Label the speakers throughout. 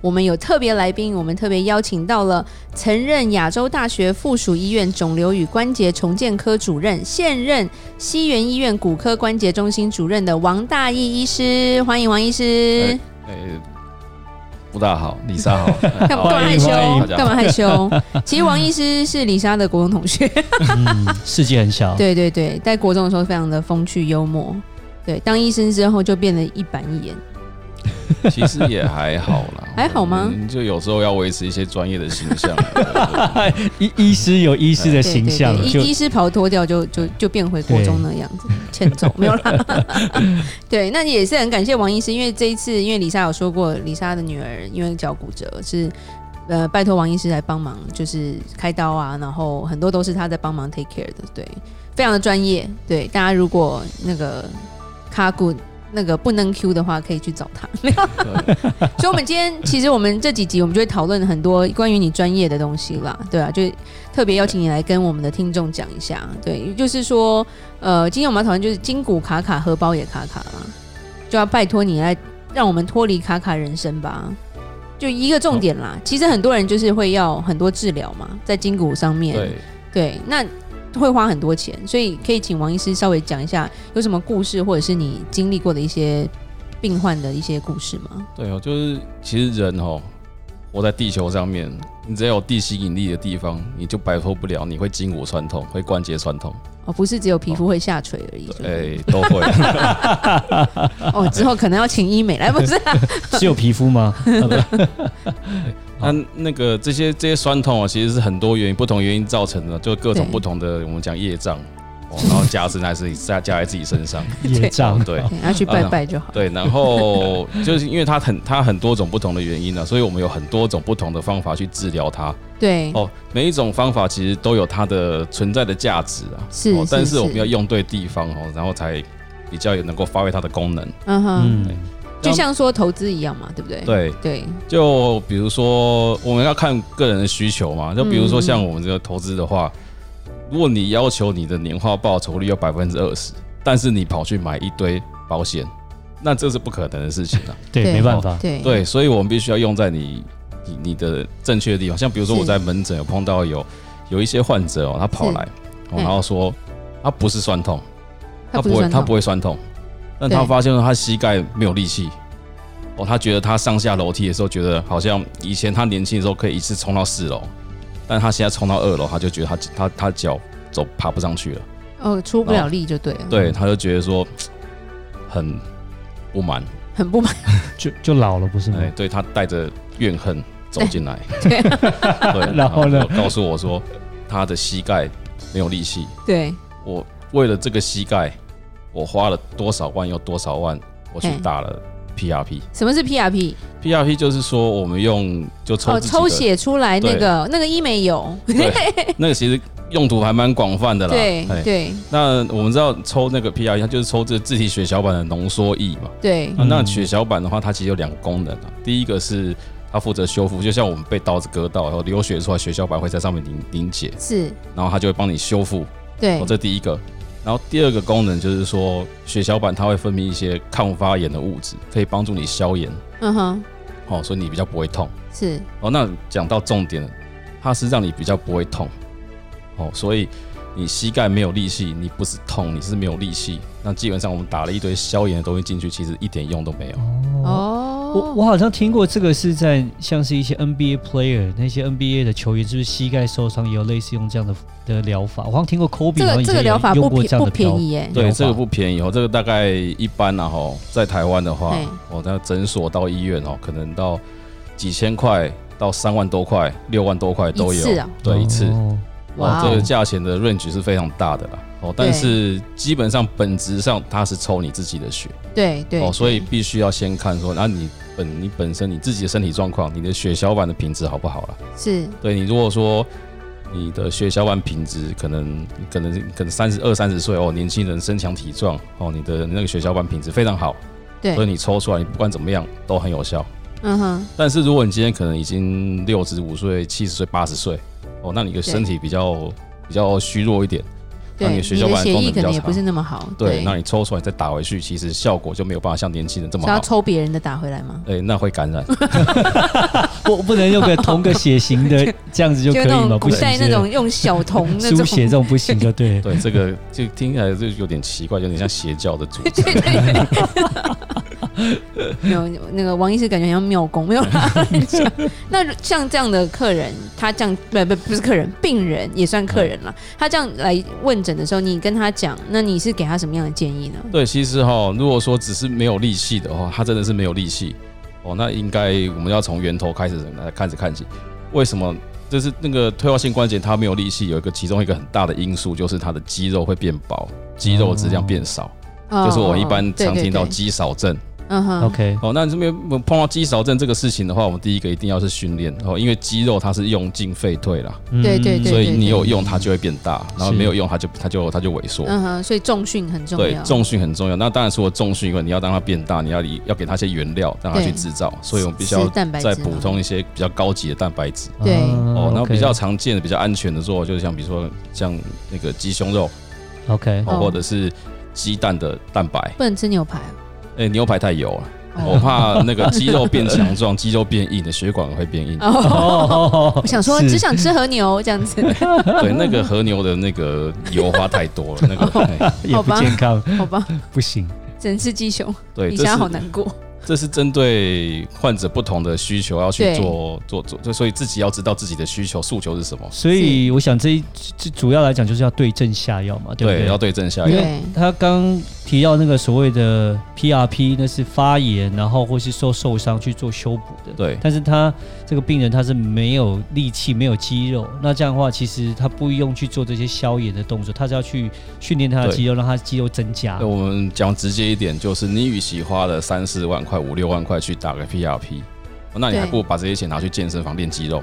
Speaker 1: 我们有特别来宾，我们特别邀请到了曾任亚洲大学附属医院肿瘤与关节重建科主任，现任西园医院骨科关节中心主任的王大义医师。欢迎王医师，
Speaker 2: 呃，不大好，李 莎好，
Speaker 1: 干嘛
Speaker 2: 哎好
Speaker 1: 干嘛害羞
Speaker 3: 欢迎
Speaker 2: 大？家
Speaker 1: 干嘛害羞？其实王医师是李莎的国中同学，
Speaker 3: 嗯，世界很小，
Speaker 1: 对对对，在国中的时候非常的风趣幽默。对，当医生之后就变得一板一眼。
Speaker 2: 其实也还好啦，
Speaker 1: 还好吗
Speaker 2: 嗯就有时候要维持一些专业的形 象。
Speaker 3: 医医师有医师的
Speaker 1: 对
Speaker 3: 形
Speaker 1: 对
Speaker 3: 象，
Speaker 1: 对
Speaker 3: 就
Speaker 1: 医医师袍脱掉就就就变回国中那样子，欠揍没有啦。 对，那也是很感谢王医师，因为这一次因为李莎有说过，李莎的女儿因为脚骨折是。呃，拜托王医师来帮忙，就是开刀啊，然后很多都是他在帮忙 take care 的，对，非常的专业。对，大家如果那个卡骨那个不能 Q 的话，可以去找他。
Speaker 2: 对
Speaker 1: 所以，我们今天其实我们这几集我们就会讨论很多关于你专业的东西啦，对啊，就特别邀请你来跟我们的听众讲一下，对，就是说，呃，今天我们要讨论就是筋骨卡卡，荷包也卡卡嘛，就要拜托你来让我们脱离卡卡人生吧。就一个重点啦，其实很多人就是会要很多治疗嘛，在筋骨上面，
Speaker 2: 对，
Speaker 1: 对，那会花很多钱，所以可以请王医师稍微讲一下有什么故事，或者是你经历过的一些病患的一些故事吗？
Speaker 2: 对哦，就是其实人哦，活在地球上面，你只要有地吸引力的地方，你就摆脱不了，你会筋骨酸痛，会关节酸痛，
Speaker 1: 哦，不是只有皮肤会下垂而已，就
Speaker 2: 哎
Speaker 1: 是，
Speaker 2: 都 会。
Speaker 1: 哦，之后可能要请医美来，不 是啊、
Speaker 3: 只有皮肤吗？
Speaker 2: 那那个这些这些酸痛啊，其实是很多原因、不同原因造成的，就各种
Speaker 1: 对
Speaker 2: 不同的我们讲业障，哦，然后加之在自己加加在自己 身上，
Speaker 3: 业障
Speaker 2: 哦，对。
Speaker 1: 对要去拜拜就好。
Speaker 2: 对，然后就是因为它很它很多种不同的原因呢、啊所以我们有很多种不同的方法去治疗它。
Speaker 1: 对，
Speaker 2: 哦，每一种方法其实都有它的存在的价值啊。
Speaker 1: 是
Speaker 2: 哦
Speaker 1: 是，
Speaker 2: 但是我们
Speaker 1: 是
Speaker 2: 要用对地方哦，然后才比较有能够发挥它的功能。
Speaker 1: 嗯哼，
Speaker 3: 嗯，
Speaker 1: 就像说投资一样嘛，对不对？
Speaker 2: 对，
Speaker 1: 对
Speaker 2: 就比如说我们要看个人的需求嘛，就比如说像我们这个投资的话，如果你要求你的年化报酬率有百分之二十，但是你跑去买一堆保险，那这是不可能的事情啊。
Speaker 3: 对，
Speaker 1: 对哦
Speaker 3: 没办法，
Speaker 1: 对
Speaker 2: 对，所以我们必须要用在你你你的正确的地方。像比如说
Speaker 1: 是
Speaker 2: 我在门诊有碰到有有一些患者哦，他跑来，哦
Speaker 1: 嗯
Speaker 2: 然后说他不是酸痛，
Speaker 1: 他不
Speaker 2: 不
Speaker 1: 是
Speaker 2: 会
Speaker 1: 酸
Speaker 2: 他不
Speaker 1: 痛，
Speaker 2: 会酸痛，但他
Speaker 1: 对
Speaker 2: 发现他膝盖没有力气。哦，他觉得他上下楼梯的时候，觉得好像以前他年轻的时候可以一次冲到四楼，但他现在冲到二楼，他就觉得他他他脚走爬不上去了。
Speaker 1: 哦，出不了力就对了，
Speaker 2: 对，他就觉得说很不满，
Speaker 1: 很不满，
Speaker 3: 就就老了，不是吗？
Speaker 2: 哎，对他带着怨恨走进来，
Speaker 1: 嗯 对
Speaker 2: 对，
Speaker 3: 然后呢
Speaker 2: 就告诉我说他的膝盖没有力气，
Speaker 1: 对
Speaker 2: 我为了这个膝盖，我花了多少万又多少万，我去
Speaker 1: 嗯
Speaker 2: 打了 PRP。
Speaker 1: 什么是 PRP？
Speaker 2: PRP 就是说我们用就抽
Speaker 1: 哦，
Speaker 2: 自己
Speaker 1: 抽
Speaker 2: 的，
Speaker 1: 血出来那
Speaker 2: 对
Speaker 1: 个那个医美有，
Speaker 2: 对，那个其实用途还蛮广泛的啦。
Speaker 1: 对
Speaker 2: 哎
Speaker 1: 对
Speaker 2: 那我们知道抽那个 PRP，它就是抽这自体血小板的浓缩液嘛。
Speaker 1: 对
Speaker 2: 啊
Speaker 3: 嗯
Speaker 2: 那血小板的话，它其实有两个功能啊。第一个是它负责修复，就像我们被刀子割到，然后流血出来，血小板会在上面凝凝结，
Speaker 1: 是，
Speaker 2: 然后它就会帮你修复。
Speaker 1: 对
Speaker 2: 哦，这第一个。然后第二个功能就是说，血小板它会分泌一些抗发炎的物质，可以帮助你消炎，
Speaker 1: 嗯哼，
Speaker 2: 哦，所以你比较不会痛。
Speaker 1: 是
Speaker 2: 哦，那讲到重点了，它是让你比较不会痛，哦，所以你膝盖没有力气，你不是痛，你是没有力气。那基本上我们打了一堆消炎的东西进去，其实一点用都没有。
Speaker 3: 哦。我
Speaker 1: 哦，
Speaker 3: 我好像听过这个是在像是一些 NBA player 那些 NBA 的球员，是不是膝盖受伤也有类似用这样的的疗法？我好像听过 Kobe
Speaker 1: 这
Speaker 3: 好像
Speaker 1: 个
Speaker 3: 以
Speaker 1: 这
Speaker 3: 前
Speaker 1: 个疗法
Speaker 3: 也
Speaker 1: 不
Speaker 3: 用过这样
Speaker 1: 便不
Speaker 3: 的
Speaker 1: 便
Speaker 3: 疗
Speaker 1: 宜耶，
Speaker 3: 疗
Speaker 2: 对，
Speaker 3: 法
Speaker 2: 这个不便宜哦，这个大概一般然、啊、后在台湾的话
Speaker 1: 对，
Speaker 2: 哦，那诊所到医院哦，可能到几千块到三万多块、六万多块都
Speaker 1: 一
Speaker 2: 有，
Speaker 1: 次啊
Speaker 2: 对，一次。
Speaker 3: 哦
Speaker 2: 哦
Speaker 1: 哇，
Speaker 2: 这个
Speaker 1: 哦，
Speaker 2: 价钱的 range 是非常大的啦。哦，但是基本上本质上它是抽你自己的血
Speaker 1: 对对
Speaker 2: 哦，，所以必须要先看说，那、啊你本你本身你自己的身体状况，你的血小板的品质好不好啦？
Speaker 1: 是
Speaker 2: 对你如果说你的血小板品质可能可能可能三十二三十岁哦，年轻人身强体壮哦，你的那个血小板品质非常好，
Speaker 1: 对
Speaker 2: 所以你抽出来你不管怎么样都很有效。
Speaker 1: 嗯哼，
Speaker 2: 但是如果你今天可能已经六十五岁、七十岁、八十岁哦，那你的身体比较比较虚弱一点，那
Speaker 1: 对，
Speaker 2: 你
Speaker 1: 你
Speaker 2: 的
Speaker 1: 的
Speaker 2: 血小板
Speaker 1: 血
Speaker 2: 功
Speaker 1: 液
Speaker 2: 能
Speaker 1: 可
Speaker 2: 比较
Speaker 1: 能也
Speaker 2: 差
Speaker 1: 不是那么好，
Speaker 2: 对，那你抽出来再打回去，其实效果就没有办法像年轻人这么
Speaker 1: 是要
Speaker 2: 好。
Speaker 1: 抽别人的打回来吗？
Speaker 2: 哎、那会感染。
Speaker 3: 不不能用个同个血型的这样子就可以
Speaker 1: 那种
Speaker 3: 吗？
Speaker 1: 古
Speaker 3: 不行
Speaker 1: 代，那
Speaker 3: 是
Speaker 1: 种用小童那
Speaker 3: 输
Speaker 1: 种，
Speaker 3: 血这种不行就对了。
Speaker 2: 对，这个就听起来就有点奇怪，有点像邪教的组织。
Speaker 1: 对对对，没 有那个王医师感觉很像庙公，没有啦。乱讲那 像这样的客人，他这样不不不是客人，病人也算客人
Speaker 2: 嗯
Speaker 1: 了。他这样来问诊的时候，你跟他讲，那你是给他什么样的建议呢？
Speaker 2: 对，其实哈、如果说只是没有力气的话，他真的是没有力气哦。那应该我们要从源头开始来开始看起。为什么？就是那个退化性关节它没有力气，有一个其中一个很大的因素就是它的肌肉会变薄，肌肉质量变少，就是我们一般常听到
Speaker 1: 哦对，对对
Speaker 2: 肌少症。
Speaker 1: 嗯哼
Speaker 3: OK，
Speaker 2: 哦，那这边我碰到肌少症这个事情的话，我们第一个一定要是训练哦，因为肌肉它是用进废退啦，
Speaker 3: 嗯
Speaker 1: 对对对
Speaker 2: 所以你有用它就会变大，然后没有用它就它就它就萎缩。
Speaker 1: 嗯哼，所以重训很重
Speaker 2: 对
Speaker 1: 要，，
Speaker 2: 重训很重要。那当然除了重训以外，你要让它变大，你要以要给它一些原料，让它去
Speaker 1: 对
Speaker 2: 制造。所以我们必须
Speaker 1: 吃
Speaker 2: 要
Speaker 1: 蛋白质
Speaker 2: 再
Speaker 1: 嘛
Speaker 2: 补充一些比较高级的蛋白质。
Speaker 3: 嗯
Speaker 1: 对
Speaker 2: 哦，然后
Speaker 3: OK
Speaker 2: 比较常见的、比较安全的做法，就是像比如说像那个鸡胸肉，
Speaker 3: OK，
Speaker 2: 哦
Speaker 1: 哦
Speaker 2: 或者是鸡蛋的蛋白。
Speaker 1: 不能吃牛排啊。
Speaker 2: 哎，牛排太油了，
Speaker 1: 哦
Speaker 2: 我怕那个肌肉变强壮，肌肉变硬，你的血管会变硬。
Speaker 1: 哦
Speaker 3: 哦
Speaker 1: 我想说，
Speaker 3: 是
Speaker 1: 只想吃和牛这样子，
Speaker 2: 对，那个和牛的那个油花太多了，那个哎
Speaker 3: 也
Speaker 1: 好
Speaker 3: 不
Speaker 1: 吧
Speaker 3: 健康，
Speaker 1: 好吧？
Speaker 3: 不行。
Speaker 1: 只能吃鸡胸，
Speaker 2: 对，
Speaker 1: 你
Speaker 2: 这
Speaker 1: 现在
Speaker 2: 是
Speaker 1: 好难过。
Speaker 2: 这是针对患者不同的需求要去
Speaker 1: 对
Speaker 2: 做做做，就所以自己要知道自己的需求诉求是什么，
Speaker 3: 所以我想这一这主要来讲就是要对症下药嘛，对不
Speaker 2: 对，
Speaker 3: 对？
Speaker 2: 要对症下
Speaker 3: 因
Speaker 2: 药。
Speaker 3: 为他刚提到那个所谓的 PRP，那是发炎，然后或是受受伤去做修补的。
Speaker 2: 对
Speaker 3: 但是他这个病人他是没有力气、没有肌肉，那这样的话，其实他不用去做这些消炎的动作，他是要去训练他的
Speaker 2: 对
Speaker 3: 肌肉，让他肌肉增加
Speaker 2: 那。我们讲直接一点，就是你与其花了三四万块、五六万块去打个 PRP，那你还
Speaker 1: 对
Speaker 2: 不如把这些钱拿去健身房练肌肉。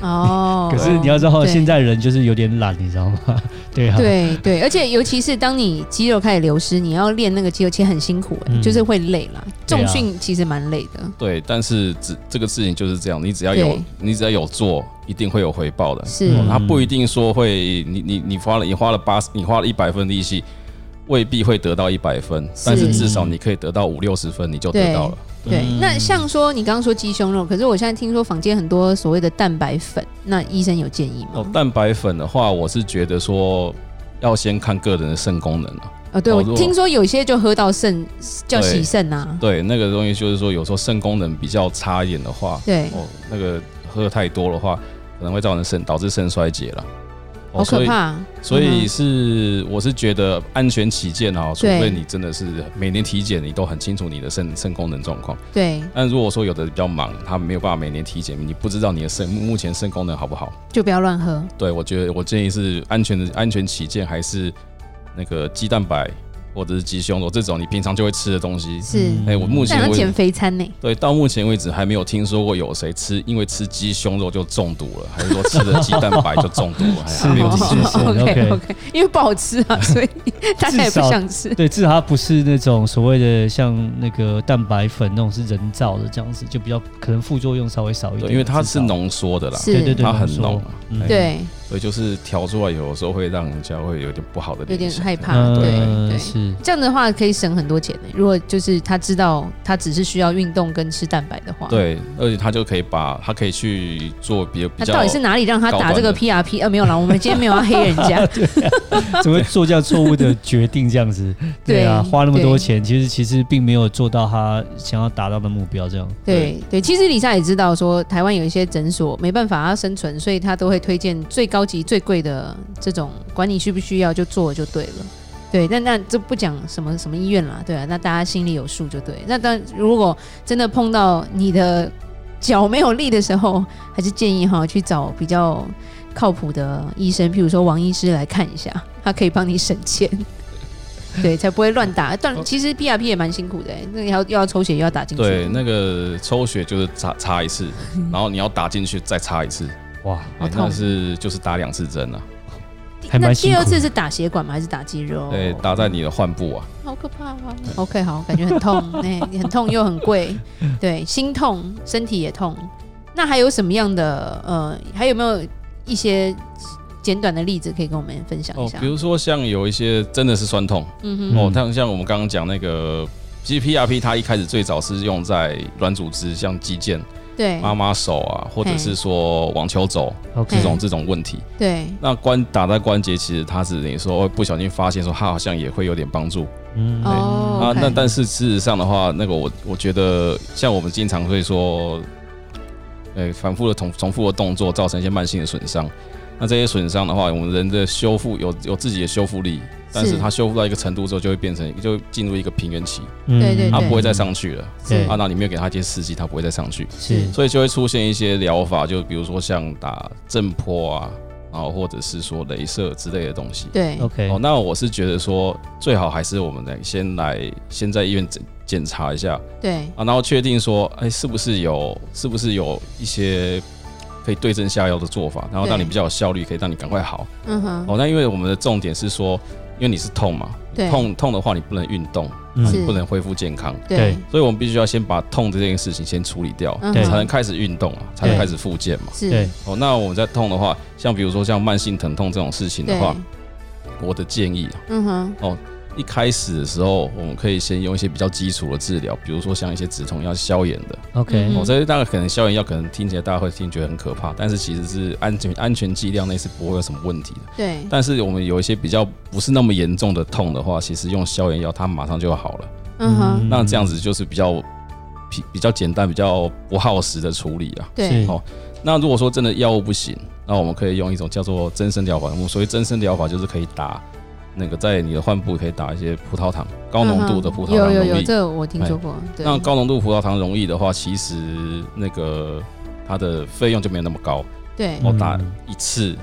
Speaker 1: 哦，
Speaker 3: 可是你要知道，
Speaker 1: 对
Speaker 3: 现在人就是有点懒，你知道吗？对啊，
Speaker 1: 对对，而且尤其是当你肌肉开始流失，你要练那个肌肉，其实很辛苦、欸
Speaker 3: 嗯
Speaker 1: 就是会累啦。
Speaker 3: 对啊
Speaker 1: 重训其实蛮累的，
Speaker 2: 对，但是只这个事情就是这样，你只要有
Speaker 1: 对
Speaker 2: 你只要有做，一定会有回报的。
Speaker 1: 是、
Speaker 3: 嗯
Speaker 2: 它不一定说会，你你你花了你花了八十，你花了一百分力气，未必会得到一百分，但是至少你可以得到五六十分，你就得到了。
Speaker 1: 对。
Speaker 3: 嗯
Speaker 1: 那像说你刚刚说鸡胸肉，可是我现在听说坊间很多所谓的蛋白粉，那医生有建议吗？
Speaker 2: 哦，蛋白粉的话，我是觉得说要先看个人的肾功能啊。
Speaker 1: 哦，对，
Speaker 2: 哦
Speaker 1: 我
Speaker 2: 如果
Speaker 1: 听说有些就喝到肾叫
Speaker 2: 对
Speaker 1: 洗肾啊，
Speaker 2: 对，那个东西就是说，有时候肾功能比较差一点的话，
Speaker 1: 对，
Speaker 2: 哦，那个喝太多的话，可能会造成肾导致肾衰竭了。哦
Speaker 1: 好
Speaker 2: 所
Speaker 1: 可
Speaker 2: 以
Speaker 1: 怕啊、
Speaker 2: 所以
Speaker 1: 嗯
Speaker 2: 是，我是觉得安全起见哦，除
Speaker 1: 对
Speaker 2: 非你真的是每年体检，你都很清楚你的肾肾功能状况。
Speaker 1: 对，
Speaker 2: 但如果说有的比较忙，他没有办法每年体检，你不知道你的肾目前肾功能好不好？
Speaker 1: 就不要乱喝。
Speaker 2: 对我觉得我建议是安全的安全起见，还是那个鸡蛋白或者是鸡胸肉这种你平常就会吃的东西。
Speaker 1: 是，
Speaker 3: 嗯
Speaker 2: 哎、我目
Speaker 1: 那
Speaker 2: 前
Speaker 1: 要
Speaker 2: 为
Speaker 1: 减肥餐呢、
Speaker 2: 对到目前为止还没有听说过有谁吃因为吃鸡胸肉就中毒了，还是说吃了鸡蛋白就中毒 了？还没有听说
Speaker 3: 是哦是 OK
Speaker 1: OK OK，因为不好吃啊，所以大家也不想吃。
Speaker 3: 对，至少它不是那种所谓的像那个蛋白粉那种是人造的这样子，就比较可能副作用稍微少一点。
Speaker 2: 对，因为它是
Speaker 3: 至少，
Speaker 2: 浓缩的啦，
Speaker 1: 是
Speaker 3: 对对对，
Speaker 2: 它很
Speaker 3: 浓缩
Speaker 2: 浓啊，
Speaker 3: 嗯
Speaker 2: 哎
Speaker 1: 对，
Speaker 2: 所以就是调出来有的时候会让人家会有点不好的
Speaker 1: 有
Speaker 2: 联
Speaker 1: 点
Speaker 2: 想。
Speaker 1: 害怕。
Speaker 3: 嗯
Speaker 1: 对对，
Speaker 3: 是
Speaker 1: 这样的话可以省很多钱呢。如果就是他知道他只是需要运动跟吃蛋白的话，，
Speaker 2: 对，而且他就可以把他可以去做比较比
Speaker 1: 那
Speaker 2: 较，
Speaker 1: 到底是哪里让他打这个 PRP？呃，没有啦，我们今天没有要黑人家。
Speaker 3: 怎么会做这样错误的决定？这样 子，对啊，
Speaker 1: 对
Speaker 3: 花那么多
Speaker 1: 对
Speaker 3: 钱，其实其实并没有做到他想要达到的目标。这样，
Speaker 1: 对对，其实李莎也知道说，台湾有一些诊所没办法要生存，所以他都会推荐最高级、最贵的这种，管你需不需要就做就对了。对，但那这不讲什么什么医院啦，对啊，那大家心里有数就对。那当如果真的碰到你的脚没有力的时候，还是建议哈去找比较靠谱的医生，譬如说王医师来看一下，他可以帮你省钱， 对，才不会乱打。但其实 PRP 也蛮辛苦的、欸，那个要又要抽血又要打进去。
Speaker 2: 对，那个抽血就是插插一次，然后你要打进去再插一次，
Speaker 3: 哇，
Speaker 1: 好
Speaker 2: 哎
Speaker 1: 痛
Speaker 2: 那是就是打两次针啊，
Speaker 3: 还
Speaker 1: 那
Speaker 3: 蛮
Speaker 1: 第
Speaker 3: 辛苦的
Speaker 1: 二次是打血管吗？还是打肌肉？
Speaker 2: 对，打在你的患部啊，
Speaker 1: 好可怕啊！OK，好，感觉很痛， 哎、很痛又很贵，对，心痛，身体也痛。那还有什么样的呃，还有没有一些简短的例子可以跟我们分享一
Speaker 2: 哦
Speaker 1: 下？，
Speaker 2: 比如说像有一些真的是酸痛
Speaker 1: 嗯哼，
Speaker 3: 嗯
Speaker 2: 哦，像像我们刚刚讲那个。其实 PRP 它一开始最早是用在软组织，像肌腱、
Speaker 1: 对
Speaker 2: 妈妈手啊，或者是说网球肘
Speaker 1: 哎
Speaker 3: ，OK，
Speaker 2: 这种这种问题。
Speaker 1: 对，
Speaker 2: 那关打在关节，其实它是等于说哦不小心发现说它好像也会有点帮助
Speaker 3: 嗯，
Speaker 1: 哦
Speaker 2: 啊。
Speaker 1: OK
Speaker 2: 那但是事实上的话，那个我我觉得像我们经常会说，呃，反复的重重复的动作造成一些慢性的损伤。那这些损伤的话，我们人的修复有有自己的修复力，但是它修复到一个程度之后，就会变成就进入一个平原期，
Speaker 3: 嗯
Speaker 1: 对对
Speaker 2: 它
Speaker 1: 对
Speaker 2: 不会再，上去了。
Speaker 1: 是
Speaker 3: 对
Speaker 2: 啊，那你没有给它一些刺激，它不会再上去。
Speaker 3: 是
Speaker 2: 所以就会出现一些疗法，就比如说像打震波啊，然后或者是说镭射之类的东西。
Speaker 1: 对，
Speaker 3: OK，
Speaker 2: 哦，那我是觉得说，最好还是我们来先来先在医院检检查一下
Speaker 1: 对，
Speaker 2: 啊，然后确定说，哎，是不是有是不是有一些可以对症下药的做法，然后让你
Speaker 1: 对
Speaker 2: 比较有效率，可以让你赶快好。
Speaker 1: 嗯哼，
Speaker 2: 哦，那因为我们的重点是说，因为你是痛嘛，
Speaker 1: 对，
Speaker 2: 痛痛的话你不能运动，
Speaker 3: 嗯
Speaker 1: 是
Speaker 2: 不能恢复健康，
Speaker 1: 对
Speaker 3: 对，
Speaker 2: 所以我们必须要先把痛这件事情先处理掉。
Speaker 1: 嗯
Speaker 3: 对
Speaker 2: 才
Speaker 1: 哼
Speaker 2: 能开始运动啊，才能开始复健嘛。
Speaker 1: 是，
Speaker 3: 对，
Speaker 2: 哦，那我们在痛的话，像比如说像慢性疼痛这种事情的
Speaker 1: 对，
Speaker 2: 话，我的建议啊
Speaker 1: 嗯哼，
Speaker 2: 一开始的时候，我们可以先用一些比较基础的治疗，比如说像一些止痛药、消炎的。
Speaker 3: OK，
Speaker 1: 嗯
Speaker 2: 哦，这些大概可能消炎药可能听起来大家会听觉得很可怕，但是其实是安全安全剂量内是不会有什么问题的。
Speaker 1: 对，
Speaker 2: 但是我们有一些比较不是那么严重的痛的话，其实用消炎药它马上就好了。
Speaker 1: 嗯哼，
Speaker 2: 那这样子就是比较比比较简单、比较不耗时的处理啊。
Speaker 1: 对，嗯
Speaker 3: 是
Speaker 2: 哦那如果说真的药物不行，那我们可以用一种叫做增生疗法。我们所谓增生疗法就是可以打那个在你的患部可以打一些葡萄糖，高浓度的葡萄
Speaker 1: 嗯有
Speaker 2: 糖
Speaker 1: 有
Speaker 2: 容
Speaker 1: 有，
Speaker 2: 易。
Speaker 1: 这我听说过，对，
Speaker 2: 那高浓度葡萄糖容易的话，其实那个它的费用就没有那么高，
Speaker 1: 对
Speaker 2: 我、
Speaker 3: 嗯
Speaker 2: 打一次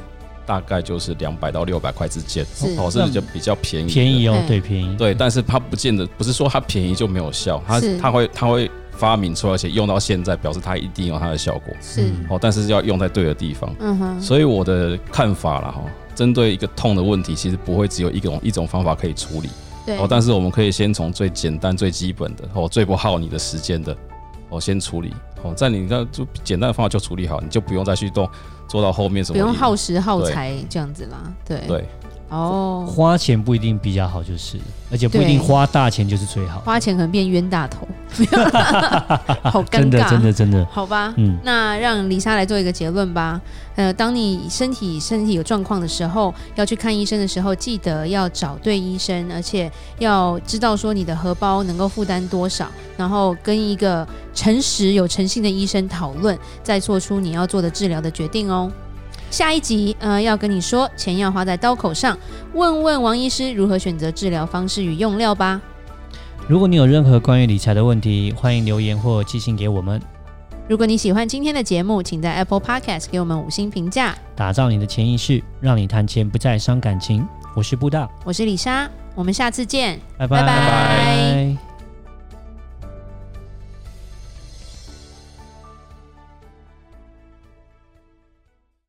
Speaker 2: 大概就是两百到六百块之间，
Speaker 1: 是
Speaker 2: 哦，是比较比较便宜，
Speaker 3: 便宜。哦，
Speaker 1: 对
Speaker 3: 对，便宜，
Speaker 2: 对，但是它不见得不是说它便宜就没有效，它
Speaker 1: 是
Speaker 2: 它会它会发明出来，而且用到现在，表示它一定有它的效果。
Speaker 1: 是，
Speaker 3: 嗯
Speaker 2: 哦，但是要用在对的地方。
Speaker 1: 嗯哼，
Speaker 2: 所以我的看法啦，哈，针对一个痛的问题，其实不会只有一种一种方法可以处理
Speaker 1: 对
Speaker 2: 哦，，但是我们可以先从最简单、最基本的哦，最不耗你的时间的哦，先处理哦，在你那就简单的方法就处理好，你就不用再去动，做到后面什么
Speaker 1: 不用
Speaker 2: 引
Speaker 1: 耗时耗
Speaker 2: 对
Speaker 1: 财这样子啦，对，
Speaker 2: 对
Speaker 1: 哦，
Speaker 3: 花钱不一定比较好，就是，而且不一定
Speaker 1: 对
Speaker 3: 花大钱就是最好，
Speaker 1: 花钱可能变冤大头， 好尴
Speaker 3: 真的，
Speaker 1: 尬，
Speaker 3: 真的，真的，
Speaker 1: 好吧。
Speaker 3: 嗯，
Speaker 1: 那让李莎来做一个结论吧。呃，当你身体身体有状况的时候，要去看医生的时候，记得要找对医生，而且要知道说你的荷包能够负担多少，然后跟一个诚实有诚信的医生讨论，再做出你要做的治疗的决定哦。下一集，呃，要跟你说钱要花在刀口上，问问王医师如何选择治疗方式与用料吧。
Speaker 3: 如果你有任何关于理财的问题，欢迎留言或寄信给我们，
Speaker 1: 如果你喜欢今天的节目，请在 Apple Podcast 给我们五星评价。
Speaker 3: 打造你的潜意识，让你谈钱不再伤感情。我是布大，
Speaker 1: 我是李莎，我们下次见。
Speaker 3: 拜拜
Speaker 1: 拜拜